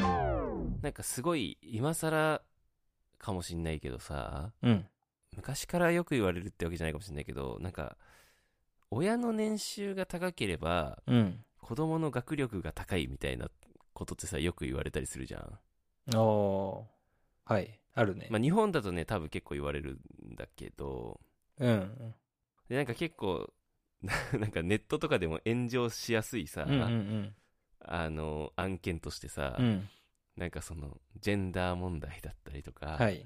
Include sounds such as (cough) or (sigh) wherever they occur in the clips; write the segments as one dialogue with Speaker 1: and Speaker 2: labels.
Speaker 1: なんかすごい今更かもしんないけどさ、
Speaker 2: うん。
Speaker 1: 昔からよく言われるってわけじゃないかもしれないけどなんか親の年収が高ければ
Speaker 2: うん。
Speaker 1: 子供の学力が高いみたいなことってさよく言われたりするじゃん、
Speaker 2: あーはい。あるね。
Speaker 1: まあ、日本だとね多分結構言われるんだけど
Speaker 2: うん。
Speaker 1: でなんか結構 (laughs) ななんかネットとかでも炎上しやすいさ、
Speaker 2: うんうん
Speaker 1: あの案件としてさ、
Speaker 2: うん。うん。
Speaker 1: なんかそのジェンダー問題だったりとか、
Speaker 2: はい。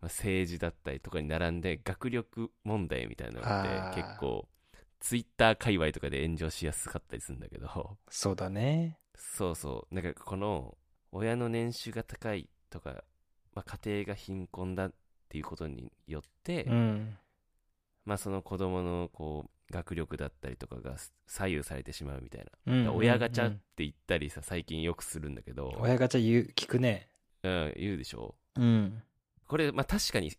Speaker 1: まあ政治だったりとかに並んで学力問題みたいなの
Speaker 2: あ
Speaker 1: っ
Speaker 2: ー
Speaker 1: て結構ツイッター界隈とかで炎上しやすかったりするんだけど (laughs)
Speaker 2: そうだね。
Speaker 1: そうそうなんかこの親の年収が高いとか、まあ、家庭が貧困だっていうことによって、
Speaker 2: うん。
Speaker 1: まあ、その子供のこう学力だったりとかが左右されてしまうみたいな、
Speaker 2: うんうんうん
Speaker 1: 親ガチャって言ったりさ最近よくするんだけど、
Speaker 2: 親ガチャ言う、聞くね。
Speaker 1: うん、言うでしょ
Speaker 2: うん。
Speaker 1: これ、まあ、確かに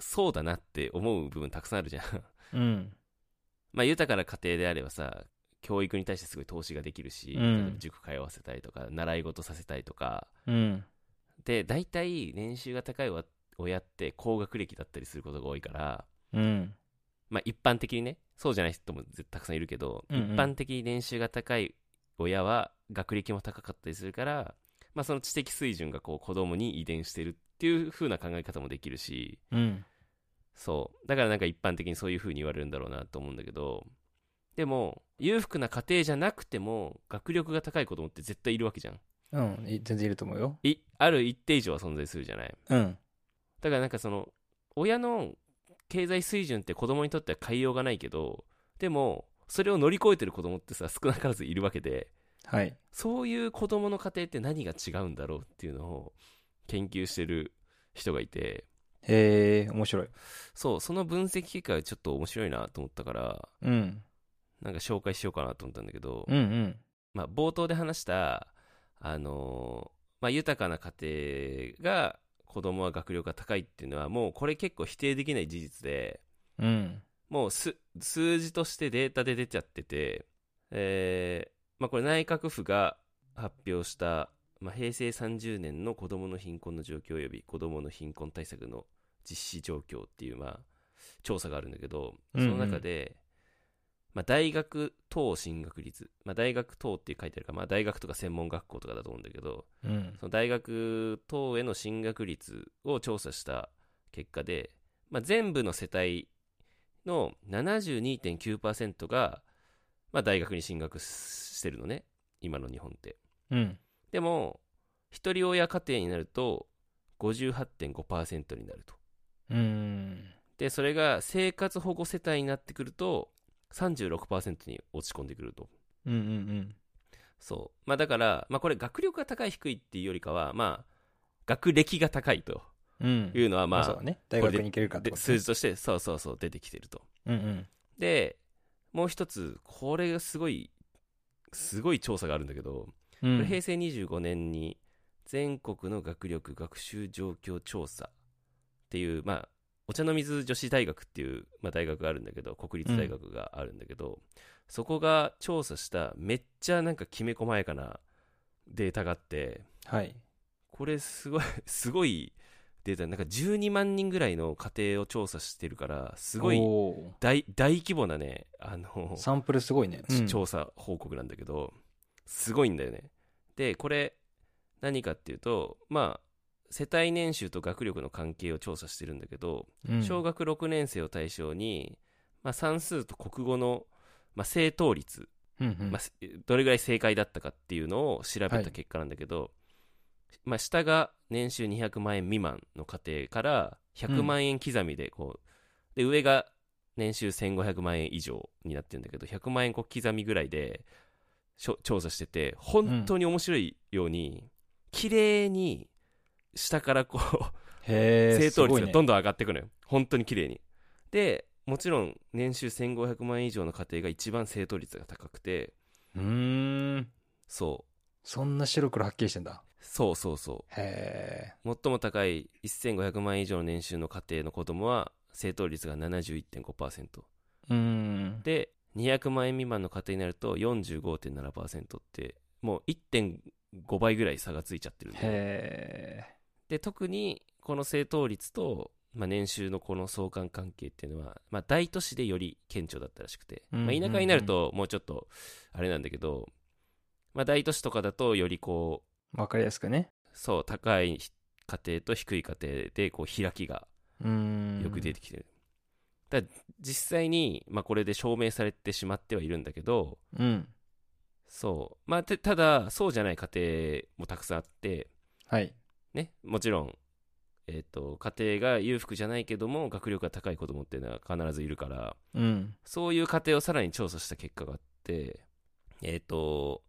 Speaker 1: そうだなって思う部分たくさんあるじゃん
Speaker 2: うん。
Speaker 1: まあ、豊かな家庭であればさ教育に対してすごい投資ができるし、
Speaker 2: うん
Speaker 1: 例えば塾通わせたりとか習い事させたりとか
Speaker 2: うん。
Speaker 1: で大体年収が高いわ親って高学歴だったりすることが多いから、
Speaker 2: うん。
Speaker 1: まあ、一般的にねそうじゃない人も絶たくさんいるけど、
Speaker 2: うんうん
Speaker 1: 一般的に年収が高い親は学歴も高かったりするから、まあ、その知的水準がこう子供に遺伝してるっていう風な考え方もできるし
Speaker 2: うん。
Speaker 1: そう。だからなんか一般的にそういう風に言われるんだろうなと思うんだけど、でも、裕福な家庭じゃなくても、学力が高い子供って絶対いるわけじゃん。
Speaker 2: うん。い全然いると思うよ。
Speaker 1: い、ある一定以上は存在するじゃない。
Speaker 2: うん。
Speaker 1: だからなんかその、親の経済水準って子供にとっては変えようがないけど、でも、それを乗り越えてる子供ってさ、少なからずいるわけで、
Speaker 2: はい。
Speaker 1: そういう子供の家庭って何が違うんだろうっていうのを研究してる人がいて、
Speaker 2: へえ、面白い。
Speaker 1: そう、その分析結果がちょっと面白いなと思ったから、
Speaker 2: うん。
Speaker 1: なんか紹介しようかなと思ったんだけど、
Speaker 2: うんうん。
Speaker 1: まあ、冒頭で話した、あのーまあ、豊かな家庭が子供は学力が高いっていうのはもうこれ結構否定できない事実で
Speaker 2: うん。
Speaker 1: もうす数字としてデータで出ちゃってて、えーまあ、これ内閣府が発表した、まあ、平成30年の子供の貧困の状況及び子供の貧困対策の実施状況っていう、まあ、調査があるんだけどその中で、まあ、大学等進学率、まあ、大学等って書いてあるから、まあ、大学とか専門学校とかだと思うんだけど
Speaker 2: うん。
Speaker 1: その大学等への進学率を調査した結果で、まあ、全部の世帯の72.9%が、まあ、大学に進学ししてるのね今の日本って
Speaker 2: うん。
Speaker 1: でも一人親家庭になると58.5%になると
Speaker 2: うん。
Speaker 1: でそれが生活保護世帯になってくると36%に落ち込んでくると
Speaker 2: うんうん
Speaker 1: そうまあだから、まあ、これ学力が高い低いっていうよりかはまあ学歴が高いと
Speaker 2: うん。うん。
Speaker 1: いうのはまあ、
Speaker 2: そうだね。大学に行けるかって
Speaker 1: で
Speaker 2: ことね
Speaker 1: 数字としてそうそうそう出てきてると
Speaker 2: うんうん。
Speaker 1: でもう一つこれがすごいすごい調査があるんだけど、
Speaker 2: う
Speaker 1: こ
Speaker 2: ん
Speaker 1: れ平成25年に全国の学力学習状況調査っていうまあお茶の水女子大学っていう、まあ、大学があるんだけど国立大学があるんだけど、そこが調査しためっちゃなんかきめ細やかなデータがあって
Speaker 2: はい。
Speaker 1: これすごい (laughs) すごいデータなんか12万人ぐらいの家庭を調査してるからすごい
Speaker 2: おー
Speaker 1: 大大規模なねあの
Speaker 2: サンプルすごいね。うん
Speaker 1: 調査報告なんだけど、すごいんだよねでこれ何かっていうとまあ世帯年収と学力の関係を調査してるんだけど、
Speaker 2: うん
Speaker 1: 小学6年生を対象に、まあ、算数と国語の、まあ、正答率、
Speaker 2: うんうん
Speaker 1: まあ、せどれぐらい正解だったかっていうのを調べ
Speaker 2: は
Speaker 1: た
Speaker 2: い
Speaker 1: 結果なんだけど、まあ、下が年収200万円未満の家庭から100万円刻みでこう、で上が年収1500万円以上になってるんだけど100万円こう刻みぐらいでしょ調査してて本当に面白いように、綺麗に下からこう
Speaker 2: へえ。
Speaker 1: 正答率がど
Speaker 2: ん
Speaker 1: んどん上がっていくのよ、本当に綺麗にでもちろん年収1500万円以上の家庭が一番正答率が高くて
Speaker 2: うーん。
Speaker 1: そう
Speaker 2: そんな白黒はっきりしてんだ。
Speaker 1: そうそうそ
Speaker 2: へ
Speaker 1: う最も高い1500万円以上の年収の家庭の子供は正答率が71.5%
Speaker 2: え。うーん。
Speaker 1: で200万円未満の家庭になると45.7%って、もう1.5倍ぐらい差がついちゃってるんで
Speaker 2: へえ。
Speaker 1: で特にこの正答率と、まあ、年収のこの相関関係っていうのは、まあ、大都市でより顕著だったらしくて、
Speaker 2: うんうんうん
Speaker 1: まあ、田舎になるともうちょっとあれなんだけど、まあ、大都市とかだとよりこ
Speaker 2: わかりやすくね。
Speaker 1: うそう高い家庭と低い家庭でこう開きが
Speaker 2: うーん。
Speaker 1: よく出てきてる、だから実際に、まあ、これで証明されてしまってはいるんだけど
Speaker 2: うん。
Speaker 1: そうまあてただそうじゃない家庭もたくさんあって
Speaker 2: はい。
Speaker 1: ねもちろんえっ、と家庭が裕福じゃないけども学力が高い子供っていうのは必ずいるから
Speaker 2: うん。
Speaker 1: そういう家庭をさらに調査した結果があってえっ、と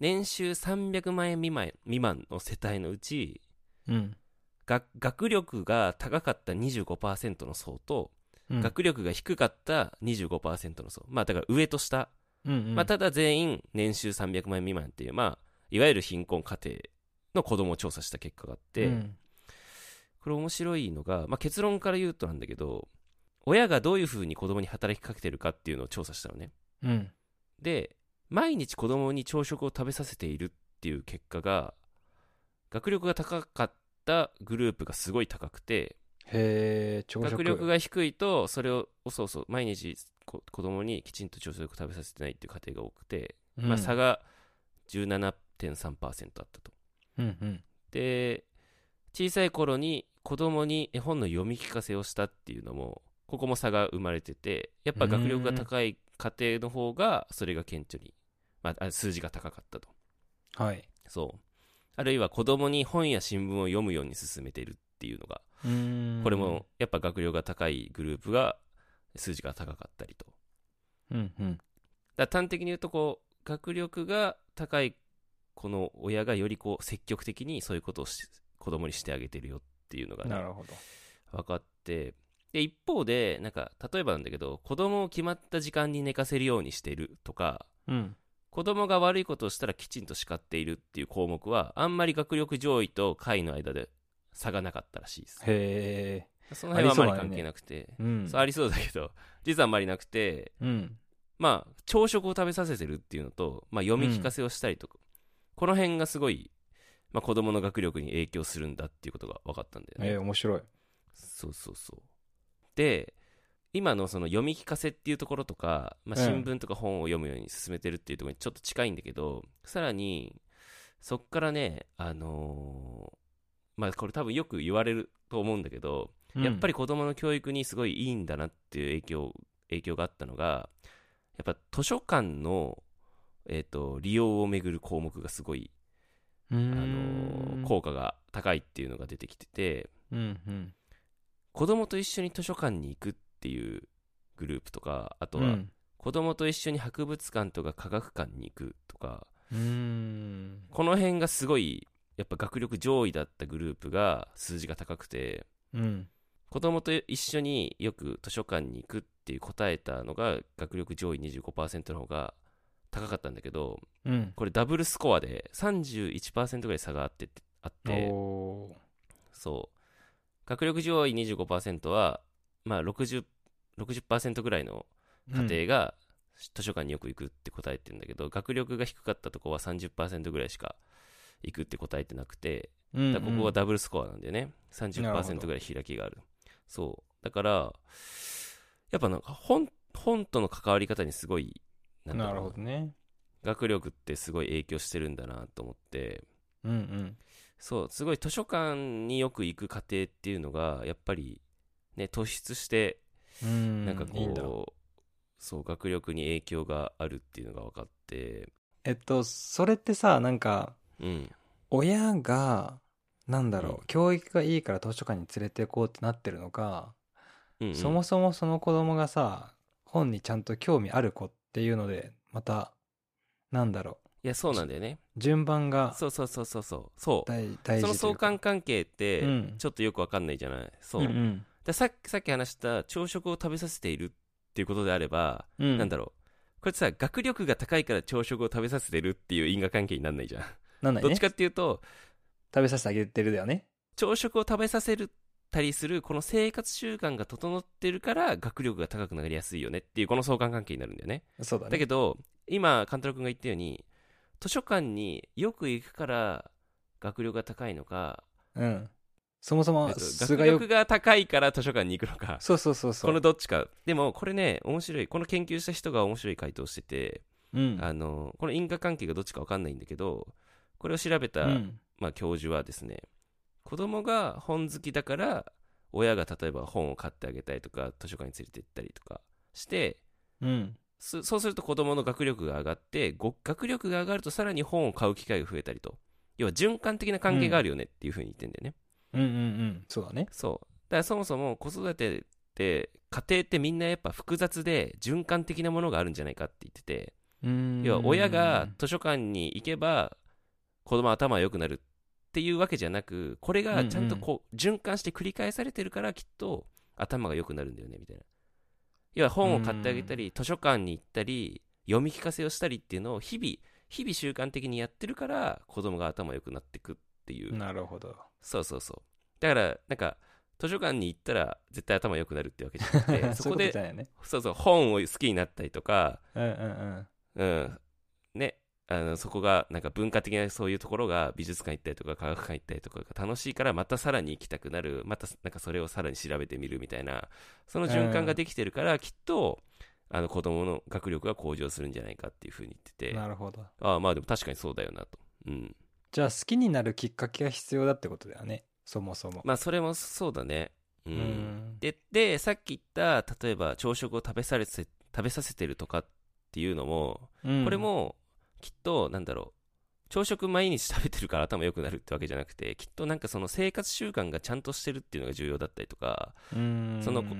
Speaker 1: 年収300万円未満未満の世帯のうち
Speaker 2: うん。
Speaker 1: が学力が高かった25%の層と、
Speaker 2: うん。
Speaker 1: 学力が低かった25%の層まあだから上と下、
Speaker 2: うんうん。
Speaker 1: まあ、ただ全員年収300万円未満っていうまあいわゆる貧困家庭の子供を調査した結果があって、
Speaker 2: うん
Speaker 1: これ面白いのが、まあ、結論から言うとなんだけど親がどういうふうに子供に働きかけてるかっていうのを調査したのね
Speaker 2: うん。
Speaker 1: で毎日子供に朝食を食べさせているっていう結果が学力が高かったグループがすごい高くて
Speaker 2: へえ、朝食。
Speaker 1: 学力が低いとそれをそうそう毎日こ子供にきちんと朝食を食べさせてないっていう家庭が多くて、
Speaker 2: うん、
Speaker 1: まあ、差が17.3%あったと
Speaker 2: うんうん。
Speaker 1: で小さい頃に子供に絵本の読み聞かせをしたっていうのもここも差が生まれててやっぱ学力が高い家庭の方がそれが顕著に、まあ、あ数字が高かったと
Speaker 2: はい。
Speaker 1: そうあるいは子供に本や新聞を読むように進めているっていうのが
Speaker 2: うーん
Speaker 1: これも、やっぱ学力が高いグループが数字が高かったりと。
Speaker 2: うんうん。
Speaker 1: だから端的に言うとこう学力が高いこの親がよりこう積極的にそういうことをし子供にしてあげてるよっていうのがね、
Speaker 2: なるほど。
Speaker 1: 分かってで一方でなんか例えばなんだけど子供を決まった時間に寝かせるようにしてるとか
Speaker 2: うん。
Speaker 1: 子供が悪いことをしたらきちんと叱っているっていう項目はあんまり学力上位と下位の間で差がなかったらしいです
Speaker 2: へえ。
Speaker 1: その辺はあまり
Speaker 2: ありそうだね
Speaker 1: 関係なくて、
Speaker 2: うん。
Speaker 1: そうありそうだけど (laughs) 実はあんまりなくて
Speaker 2: うん。
Speaker 1: まあ朝食を食べさせてるっていうのと、まあ、読み聞かせをしたりとか、この辺がすごい、まあ、子供の学力に影響するんだっていうことが分かったんだよね、
Speaker 2: えー、面白い。
Speaker 1: そうそうそうで今のその読み聞かせっていうところとか、まあ、
Speaker 2: う
Speaker 1: 新
Speaker 2: ん
Speaker 1: 聞とか本を読むように進めてるっていうところにちょっと近いんだけど、さらにそっからねあのーまあこれ多分よく言われると思うんだけど、やっぱ
Speaker 2: り、
Speaker 1: り子供の教育にすごいいいんだなっていう影響影響があったのがやっぱ図書館の、えー、と利用をめぐる項目がすごい、
Speaker 2: あ
Speaker 1: あの効果が高いっていうのが出てきてて
Speaker 2: う。うんうん。
Speaker 1: 子供と一緒に図書館に行くっていうグループとかあと
Speaker 2: う
Speaker 1: は
Speaker 2: ん
Speaker 1: 子供と一緒に博物館とか科学館に行くとか
Speaker 2: うーん。
Speaker 1: この辺がすごいやっぱ学力上位だったグループが数字が高くて
Speaker 2: うん。
Speaker 1: 子供と一緒によく図書館に行くっていう答えたのが学力上位25%の方が高かったんだけど
Speaker 2: うん。
Speaker 1: これダブルスコアで31%ぐらい差があってってあって
Speaker 2: おー
Speaker 1: そう学力上位25%はまあ 60, 60%ぐらいの家庭が図書館によく行くって答えてるんだけど、学力が低かったとこは30%ぐらいしか行くって答えてなくて、
Speaker 2: うん
Speaker 1: だからここは
Speaker 2: だ
Speaker 1: ダブルスコアなんだよね
Speaker 2: なるほ
Speaker 1: 30%
Speaker 2: ど
Speaker 1: ぐらい開きがあるそうだからやっぱなんか本本との関わり方にすごいなんだろ
Speaker 2: な
Speaker 1: う
Speaker 2: るほどね。
Speaker 1: 学力ってすごい影響してるんだなと思って
Speaker 2: うんうん。
Speaker 1: そうすごい図書館によく行く家庭っていうのがやっぱりね突出して
Speaker 2: うん。
Speaker 1: なんかこう、
Speaker 2: いいんだ
Speaker 1: そう学力に影響があるっていうのが分かって
Speaker 2: えっと、それってさ、なんか、
Speaker 1: うん
Speaker 2: 親が、なんだろう、
Speaker 1: うん
Speaker 2: 教育がいいから図書館に連れて行こうってなってるのか、
Speaker 1: うんうん
Speaker 2: そもそもその子供がさ、本にちゃんと興味ある子っていうので、また、なんだろう、
Speaker 1: いやそうなんだよね
Speaker 2: 順番が
Speaker 1: そうそうそうそうそうそう
Speaker 2: 大大
Speaker 1: そ
Speaker 2: 事
Speaker 1: の
Speaker 2: とい
Speaker 1: 相
Speaker 2: うか
Speaker 1: 関関係って、
Speaker 2: うん
Speaker 1: ちょっとよくわかんないじゃないそう、
Speaker 2: うんうん
Speaker 1: でさっきさっき話した朝食を食べさせているっていうことであれば、
Speaker 2: うん
Speaker 1: なんだろうこれってさ学力が高いから朝食を食べさせてるっていう因果関係になんないじゃん、
Speaker 2: なんだ
Speaker 1: どっ
Speaker 2: よね
Speaker 1: ちかっていうと
Speaker 2: 食べさせてあげてるだよね。
Speaker 1: 朝食を食べさせるたりするこの生活習慣が整ってるから学力が高くなりやすいよねっていうこの相関関係になるんだよね
Speaker 2: そうだね。
Speaker 1: だけ
Speaker 2: ど、
Speaker 1: ど今勘太郎君が言ったように図書館によく行くから学力が高いのか、
Speaker 2: うん。そもそも
Speaker 1: えっと
Speaker 2: 素
Speaker 1: 学
Speaker 2: がよく
Speaker 1: 力、が高いから図書館に行くのか
Speaker 2: そうそうそうそう。
Speaker 1: このどっちかでもこれね面白いこの研究した人が面白い回答してて、
Speaker 2: うん。
Speaker 1: あのこの因果関係がどっちか分かんないんだけどこれを調べた、
Speaker 2: うん。
Speaker 1: まあ、教授はですね子供が本好きだから親が例えば本を買ってあげたりとか図書館に連れて行ったりとかして
Speaker 2: うん。
Speaker 1: すそうすると子供の学力が上がってご学力が上がるとさらに本を買う機会が増えたりと要は循環的な関係があるよねっていうふうに言ってんだよね、
Speaker 2: うんうんうん。そうだね。
Speaker 1: そうだからそもそも子育てって家庭ってみんなやっぱ複雑で循環的なものがあるんじゃないかって言ってて
Speaker 2: うん。
Speaker 1: 要は親が図書館に行けば子供頭が良くなるっていうわけじゃなくこれがちゃんとこう循環して繰り返されてるからきっと頭が良くなるんだよねみたいな要は本を買ってあげたり図書館に行ったり読み聞かせをしたりっていうのを日々日々習慣的にやってるから子供が頭良くなってくっていう
Speaker 2: なるほど。
Speaker 1: そうそうそうだからなんか図書館に行ったら絶対頭良くなるってわけじゃなくて
Speaker 2: (laughs)
Speaker 1: そこ
Speaker 2: ういう
Speaker 1: で
Speaker 2: とじゃないよね。
Speaker 1: そうそう本を好きになったりとか
Speaker 2: うんうん
Speaker 1: うん、ねあのそこがなんか文化的なそういうところが美術館行ったりとか科学館行ったりとかが楽しいからまたさらに行きたくなるまたなんかそれをさらに調べてみるみたいなその循環ができてるからきっと、あの子供の学力が向上するんじゃないかっていうふうに言って
Speaker 2: うん。
Speaker 1: て
Speaker 2: なるほど。
Speaker 1: ああまあでも確かにそうだよなと、うん、
Speaker 2: じゃあ好きになるきっかけが必要だってことだよね。そもそも。
Speaker 1: まあそれもそうだねうん、
Speaker 2: うん。
Speaker 1: ででさっき言った例えば朝食を食べされせ食べさせてるとかっていうのも
Speaker 2: うん
Speaker 1: これ、もきっとなんだろう朝食毎日食べてるから頭良くなるってわけじゃなくてきっとなんかその生活習慣がちゃんとしてるっていうのが重要だったりとか
Speaker 2: うん。
Speaker 1: その子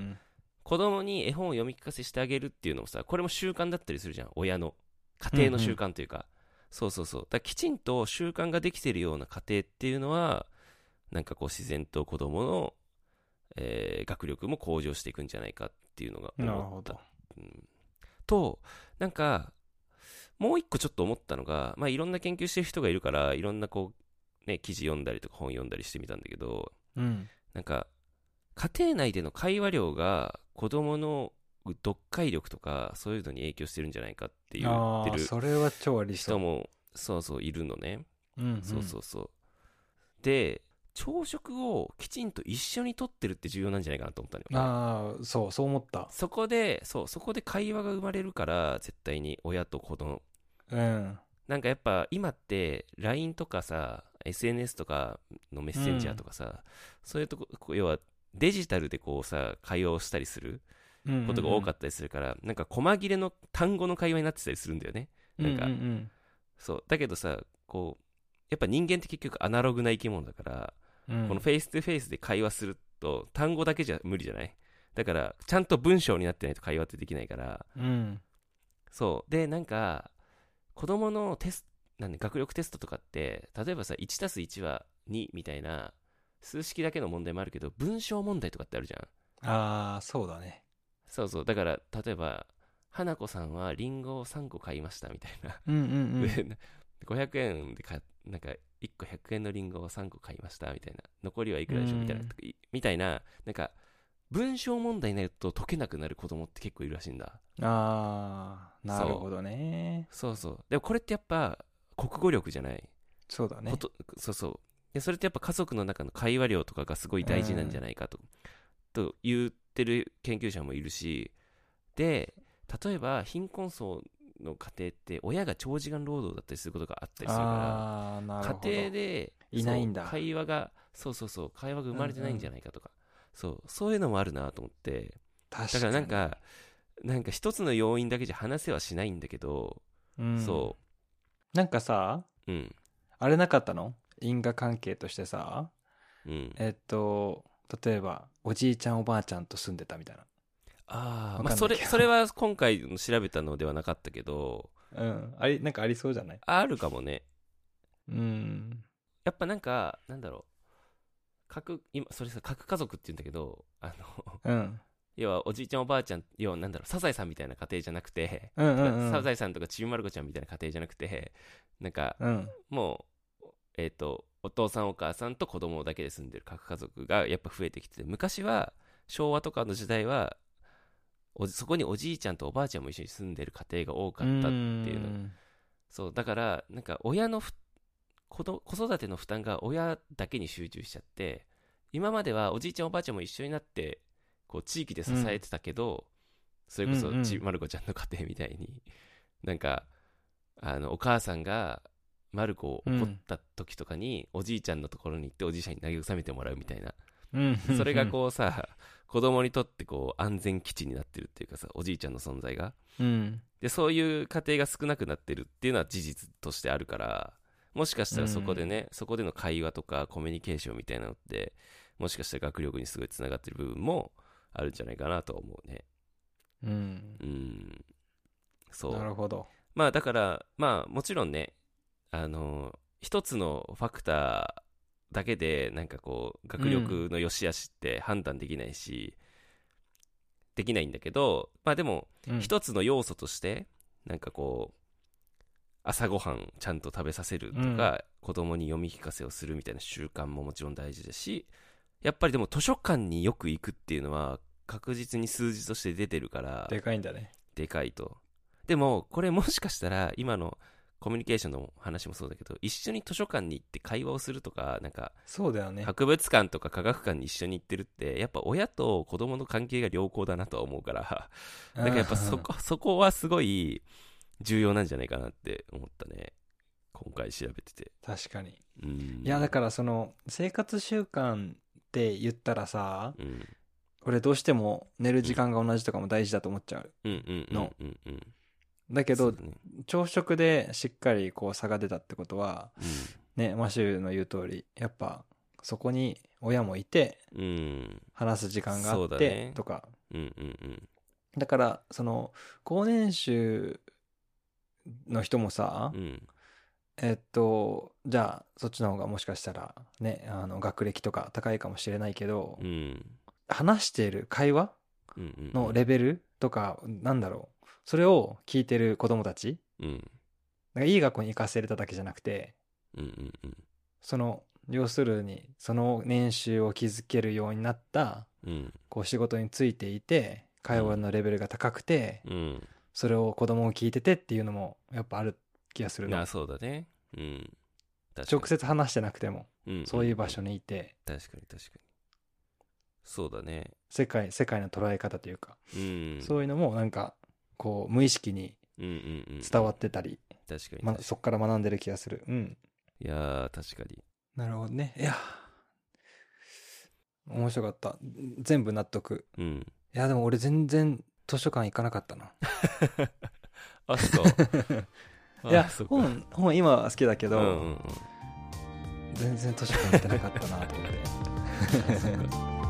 Speaker 1: 子供に絵本を読み聞かせしてあげるっていうのもさこれも習慣だったりするじゃん親の家庭の習慣というか、そうそうそうだからきちんと習慣ができてるような家庭っていうのはなんかこう自然と子供の、えー学力も向上していくんじゃないかっていうのが
Speaker 2: なる
Speaker 1: 思
Speaker 2: ほ
Speaker 1: った
Speaker 2: ど。
Speaker 1: うんとなんかもう一個ちょっと思ったのが、まあ、いろんな研究してる人がいるからいろんなこう、ね、記事読んだりとか本読んだりしてみたんだけど
Speaker 2: うん。
Speaker 1: なんか家庭内での会話量が子供の読解力とかそういうのに影響してるんじゃないかって言
Speaker 2: あ
Speaker 1: って
Speaker 2: あ、
Speaker 1: る
Speaker 2: それは超理
Speaker 1: 人
Speaker 2: 想。
Speaker 1: もそうそういるのね、
Speaker 2: うんん
Speaker 1: そうそうそうで朝食をきちんと一緒にとってるって重要なんじゃないかなと思ったのよ
Speaker 2: ああ、そう、そう思った。
Speaker 1: そこでそうそこで会話が生まれるから絶対に親と子供
Speaker 2: うん。
Speaker 1: なんかやっぱ今って LINE とかさ SNS とかのメッセンジャーとかさ、そういうとここう要はデジタルでこうさ会話をしたりすることが多か
Speaker 2: っ
Speaker 1: ったりするから、なんか細切れの単語の会話になってたりするんだよね
Speaker 2: た
Speaker 1: なんか
Speaker 2: うんうん
Speaker 1: そうだけどさこうやっぱ人間って結局アナログな生き物だから、
Speaker 2: うんうん
Speaker 1: このフェイス2フェイスで会話すると単語だけじゃ無理じゃないだからちゃんと文章になってないと会話ってできないから
Speaker 2: うん。
Speaker 1: そうでなんか子供のテスなんで学力テストとかって例えばさ 1+1 は2みたいな数式だけの問題もあるけど文章問題とかってあるじゃん
Speaker 2: ああ、そうだね。
Speaker 1: そうそうだから例えば花子さんはリンゴを3個買いましたみたいな、
Speaker 2: うんうんうん。
Speaker 1: (laughs) 500円で買なんか1個100円のリンゴを3個買いましたみたいな残りはいくらでしょうみたいな、
Speaker 2: うん
Speaker 1: いみたいななんか文章問題になると解けなくなる子供って結構いるらしいんだ
Speaker 2: ああ、なるほどね。
Speaker 1: そうそうでもこれってやっぱ国語力じゃない
Speaker 2: そうだね
Speaker 1: こ。とそうそうでそれってやっぱ家族の中の会話量とかがすごい大事なんじゃないかと,、と言ってる研究者もいるしで例えば貧困層の家庭って親が長時間労働だったりすることがあったりするか
Speaker 2: ああ、な
Speaker 1: ら
Speaker 2: るほど。
Speaker 1: 家庭で
Speaker 2: いないんだ
Speaker 1: そう会話がそうそうそう会話が生まれてないんじゃないかとか、そうそういうのもあるなと思って
Speaker 2: 確
Speaker 1: だからなんかなんか一つの要因だけじゃ話せはしないんだけど、
Speaker 2: うん
Speaker 1: そ
Speaker 2: なんかさ、
Speaker 1: ううん
Speaker 2: あれなかったの因果関係としてさ、
Speaker 1: うん
Speaker 2: えっと、例えば、おじいちゃんおばあちゃんと住んでたみたい
Speaker 1: ああ、まあ、
Speaker 2: わかんない
Speaker 1: それ、
Speaker 2: けど
Speaker 1: それは今回の調べたのではなかったけど、
Speaker 2: な。うん。あり、なんかありそうじゃない
Speaker 1: あるかもね。
Speaker 2: うん。
Speaker 1: やっぱなんか、なんだろう。各、今、それさ、核家族って言うんだけど、あの、 (laughs)
Speaker 2: うん。
Speaker 1: 要はおじいちゃんおばあちゃん、要はなんだろう、サザエさんみたいな家庭じゃなくて、
Speaker 2: うんうんう
Speaker 1: サ
Speaker 2: ん。
Speaker 1: ザエさんとかちびまる子ちゃんみたいな家庭じゃなくて、なんか、
Speaker 2: うん。
Speaker 1: もう、えっ、と、お父さんお母さんと子供だけで住んでる各家族がやっぱ増えてきてて、昔は、昭和とかの時代は、おじそこにおじいちゃんとおばあちゃんも一緒に住んでる家庭が多かったっていうの
Speaker 2: ん
Speaker 1: そう、だから、なんか親のふ子ど、子育ての負担が親だけに集中しちゃって、今まではおじいちゃんおばあちゃんも一緒になって、こう地域で支えてたけど、それこそ
Speaker 2: うんうん
Speaker 1: ち、まる子ちゃんの家庭みたいに、 (laughs) なんか、あの、お母さんが、まる子を怒った時とかに、おじいちゃんのところに行っておじいちゃんに慰めてもらうみたいな。
Speaker 2: うん
Speaker 1: それがこうさ、子供にとってこう安全基地になってるっていうかさ、おじいちゃんの存在が。
Speaker 2: うん、うん、
Speaker 1: でそういう家庭が少なくなってるっていうのは事実としてあるからもしかしたらそこでね、そこでの会話とかコミュニケーションみたいなのってもしかしたら学力にすごいつながってる部分もあるんじゃないかなと思うね
Speaker 2: うん
Speaker 1: うんそ
Speaker 2: な
Speaker 1: う
Speaker 2: るほど
Speaker 1: まあだからまあもちろんねあの一つのファクターだけでなんかこう学力の良し悪しって判断できないし、できないんだけどまあでも
Speaker 2: うん
Speaker 1: 一つの要素としてなんかこう朝ごはんちゃんと食べさせるとか、子供に読み聞かせをするみたいな習慣ももちろん大事だしやっぱりでも図書館によく行くっていうのは確実に数字として出てるから
Speaker 2: でかいんだね
Speaker 1: でかいとでもこれもしかしたら今のコミュニケーションの話もそうだけど一緒に図書館に行って会話をするとかなんか
Speaker 2: そうだよね
Speaker 1: 博物館とか科学館に一緒に行ってるってやっぱ親と子供の関係が良好だなとは思うからだからやっぱそこ、そこはすごい重要なんじゃないかなって思ったね。今回調べてて。
Speaker 2: うん確かに
Speaker 1: うん。
Speaker 2: いやだからその生活習慣って言ったらさ
Speaker 1: ら、うん。
Speaker 2: 俺どうしても寝る時間が同じとかも大事だと思っちゃう
Speaker 1: うんうんうん
Speaker 2: の
Speaker 1: うんうん。
Speaker 2: だけ
Speaker 1: そう
Speaker 2: ど
Speaker 1: だね
Speaker 2: 朝食でしっかりこう差が出たってことはねマシューの言う通りやっぱそこに親もいて
Speaker 1: うん。うん。
Speaker 2: 話す時間があ
Speaker 1: そう
Speaker 2: っ
Speaker 1: だ
Speaker 2: て
Speaker 1: ね
Speaker 2: とか
Speaker 1: うんうんうん。
Speaker 2: だからその高年収の人もさ、
Speaker 1: うん。
Speaker 2: えっとじゃあそっちの方がもしかしたらねあの学歴とか高いかもしれないけど、
Speaker 1: うん。
Speaker 2: 話している会話
Speaker 1: うんうん。
Speaker 2: のレベルとか、なんだろうそれを聞いてる子供たち
Speaker 1: うん。
Speaker 2: なんかいい学校に行かせれただけじゃなくて
Speaker 1: うんうんうん。
Speaker 2: その要するにその年収を築けるようになった
Speaker 1: うん。
Speaker 2: こう仕事についていて会話のレベルが高くて、
Speaker 1: うん。
Speaker 2: それを子供を聞いててっていうのもやっぱある気がする
Speaker 1: あ、
Speaker 2: な
Speaker 1: そうだね。うん。確かに
Speaker 2: 直、接話してなくても
Speaker 1: うんんん
Speaker 2: そういう場。所にいて
Speaker 1: 確かに確かに。そうだね。
Speaker 2: 世界世界の捉え方というか、
Speaker 1: うん。
Speaker 2: そういうのもなんかこう無意識に
Speaker 1: うんうんうん。
Speaker 2: 伝わってたり、
Speaker 1: 確かに。
Speaker 2: ま
Speaker 1: 確か
Speaker 2: そっから学んでる気がするうん
Speaker 1: にいやー、確かに。
Speaker 2: なるほどねいや面白かった全部納得
Speaker 1: うん。
Speaker 2: いやでも俺全然図書館行かなかったな
Speaker 1: あ、そう。
Speaker 2: (laughs) いや
Speaker 1: あそっか
Speaker 2: 本本今は好きだけど、
Speaker 1: うんうんうん
Speaker 2: 全然図書館行ってなかったなと思って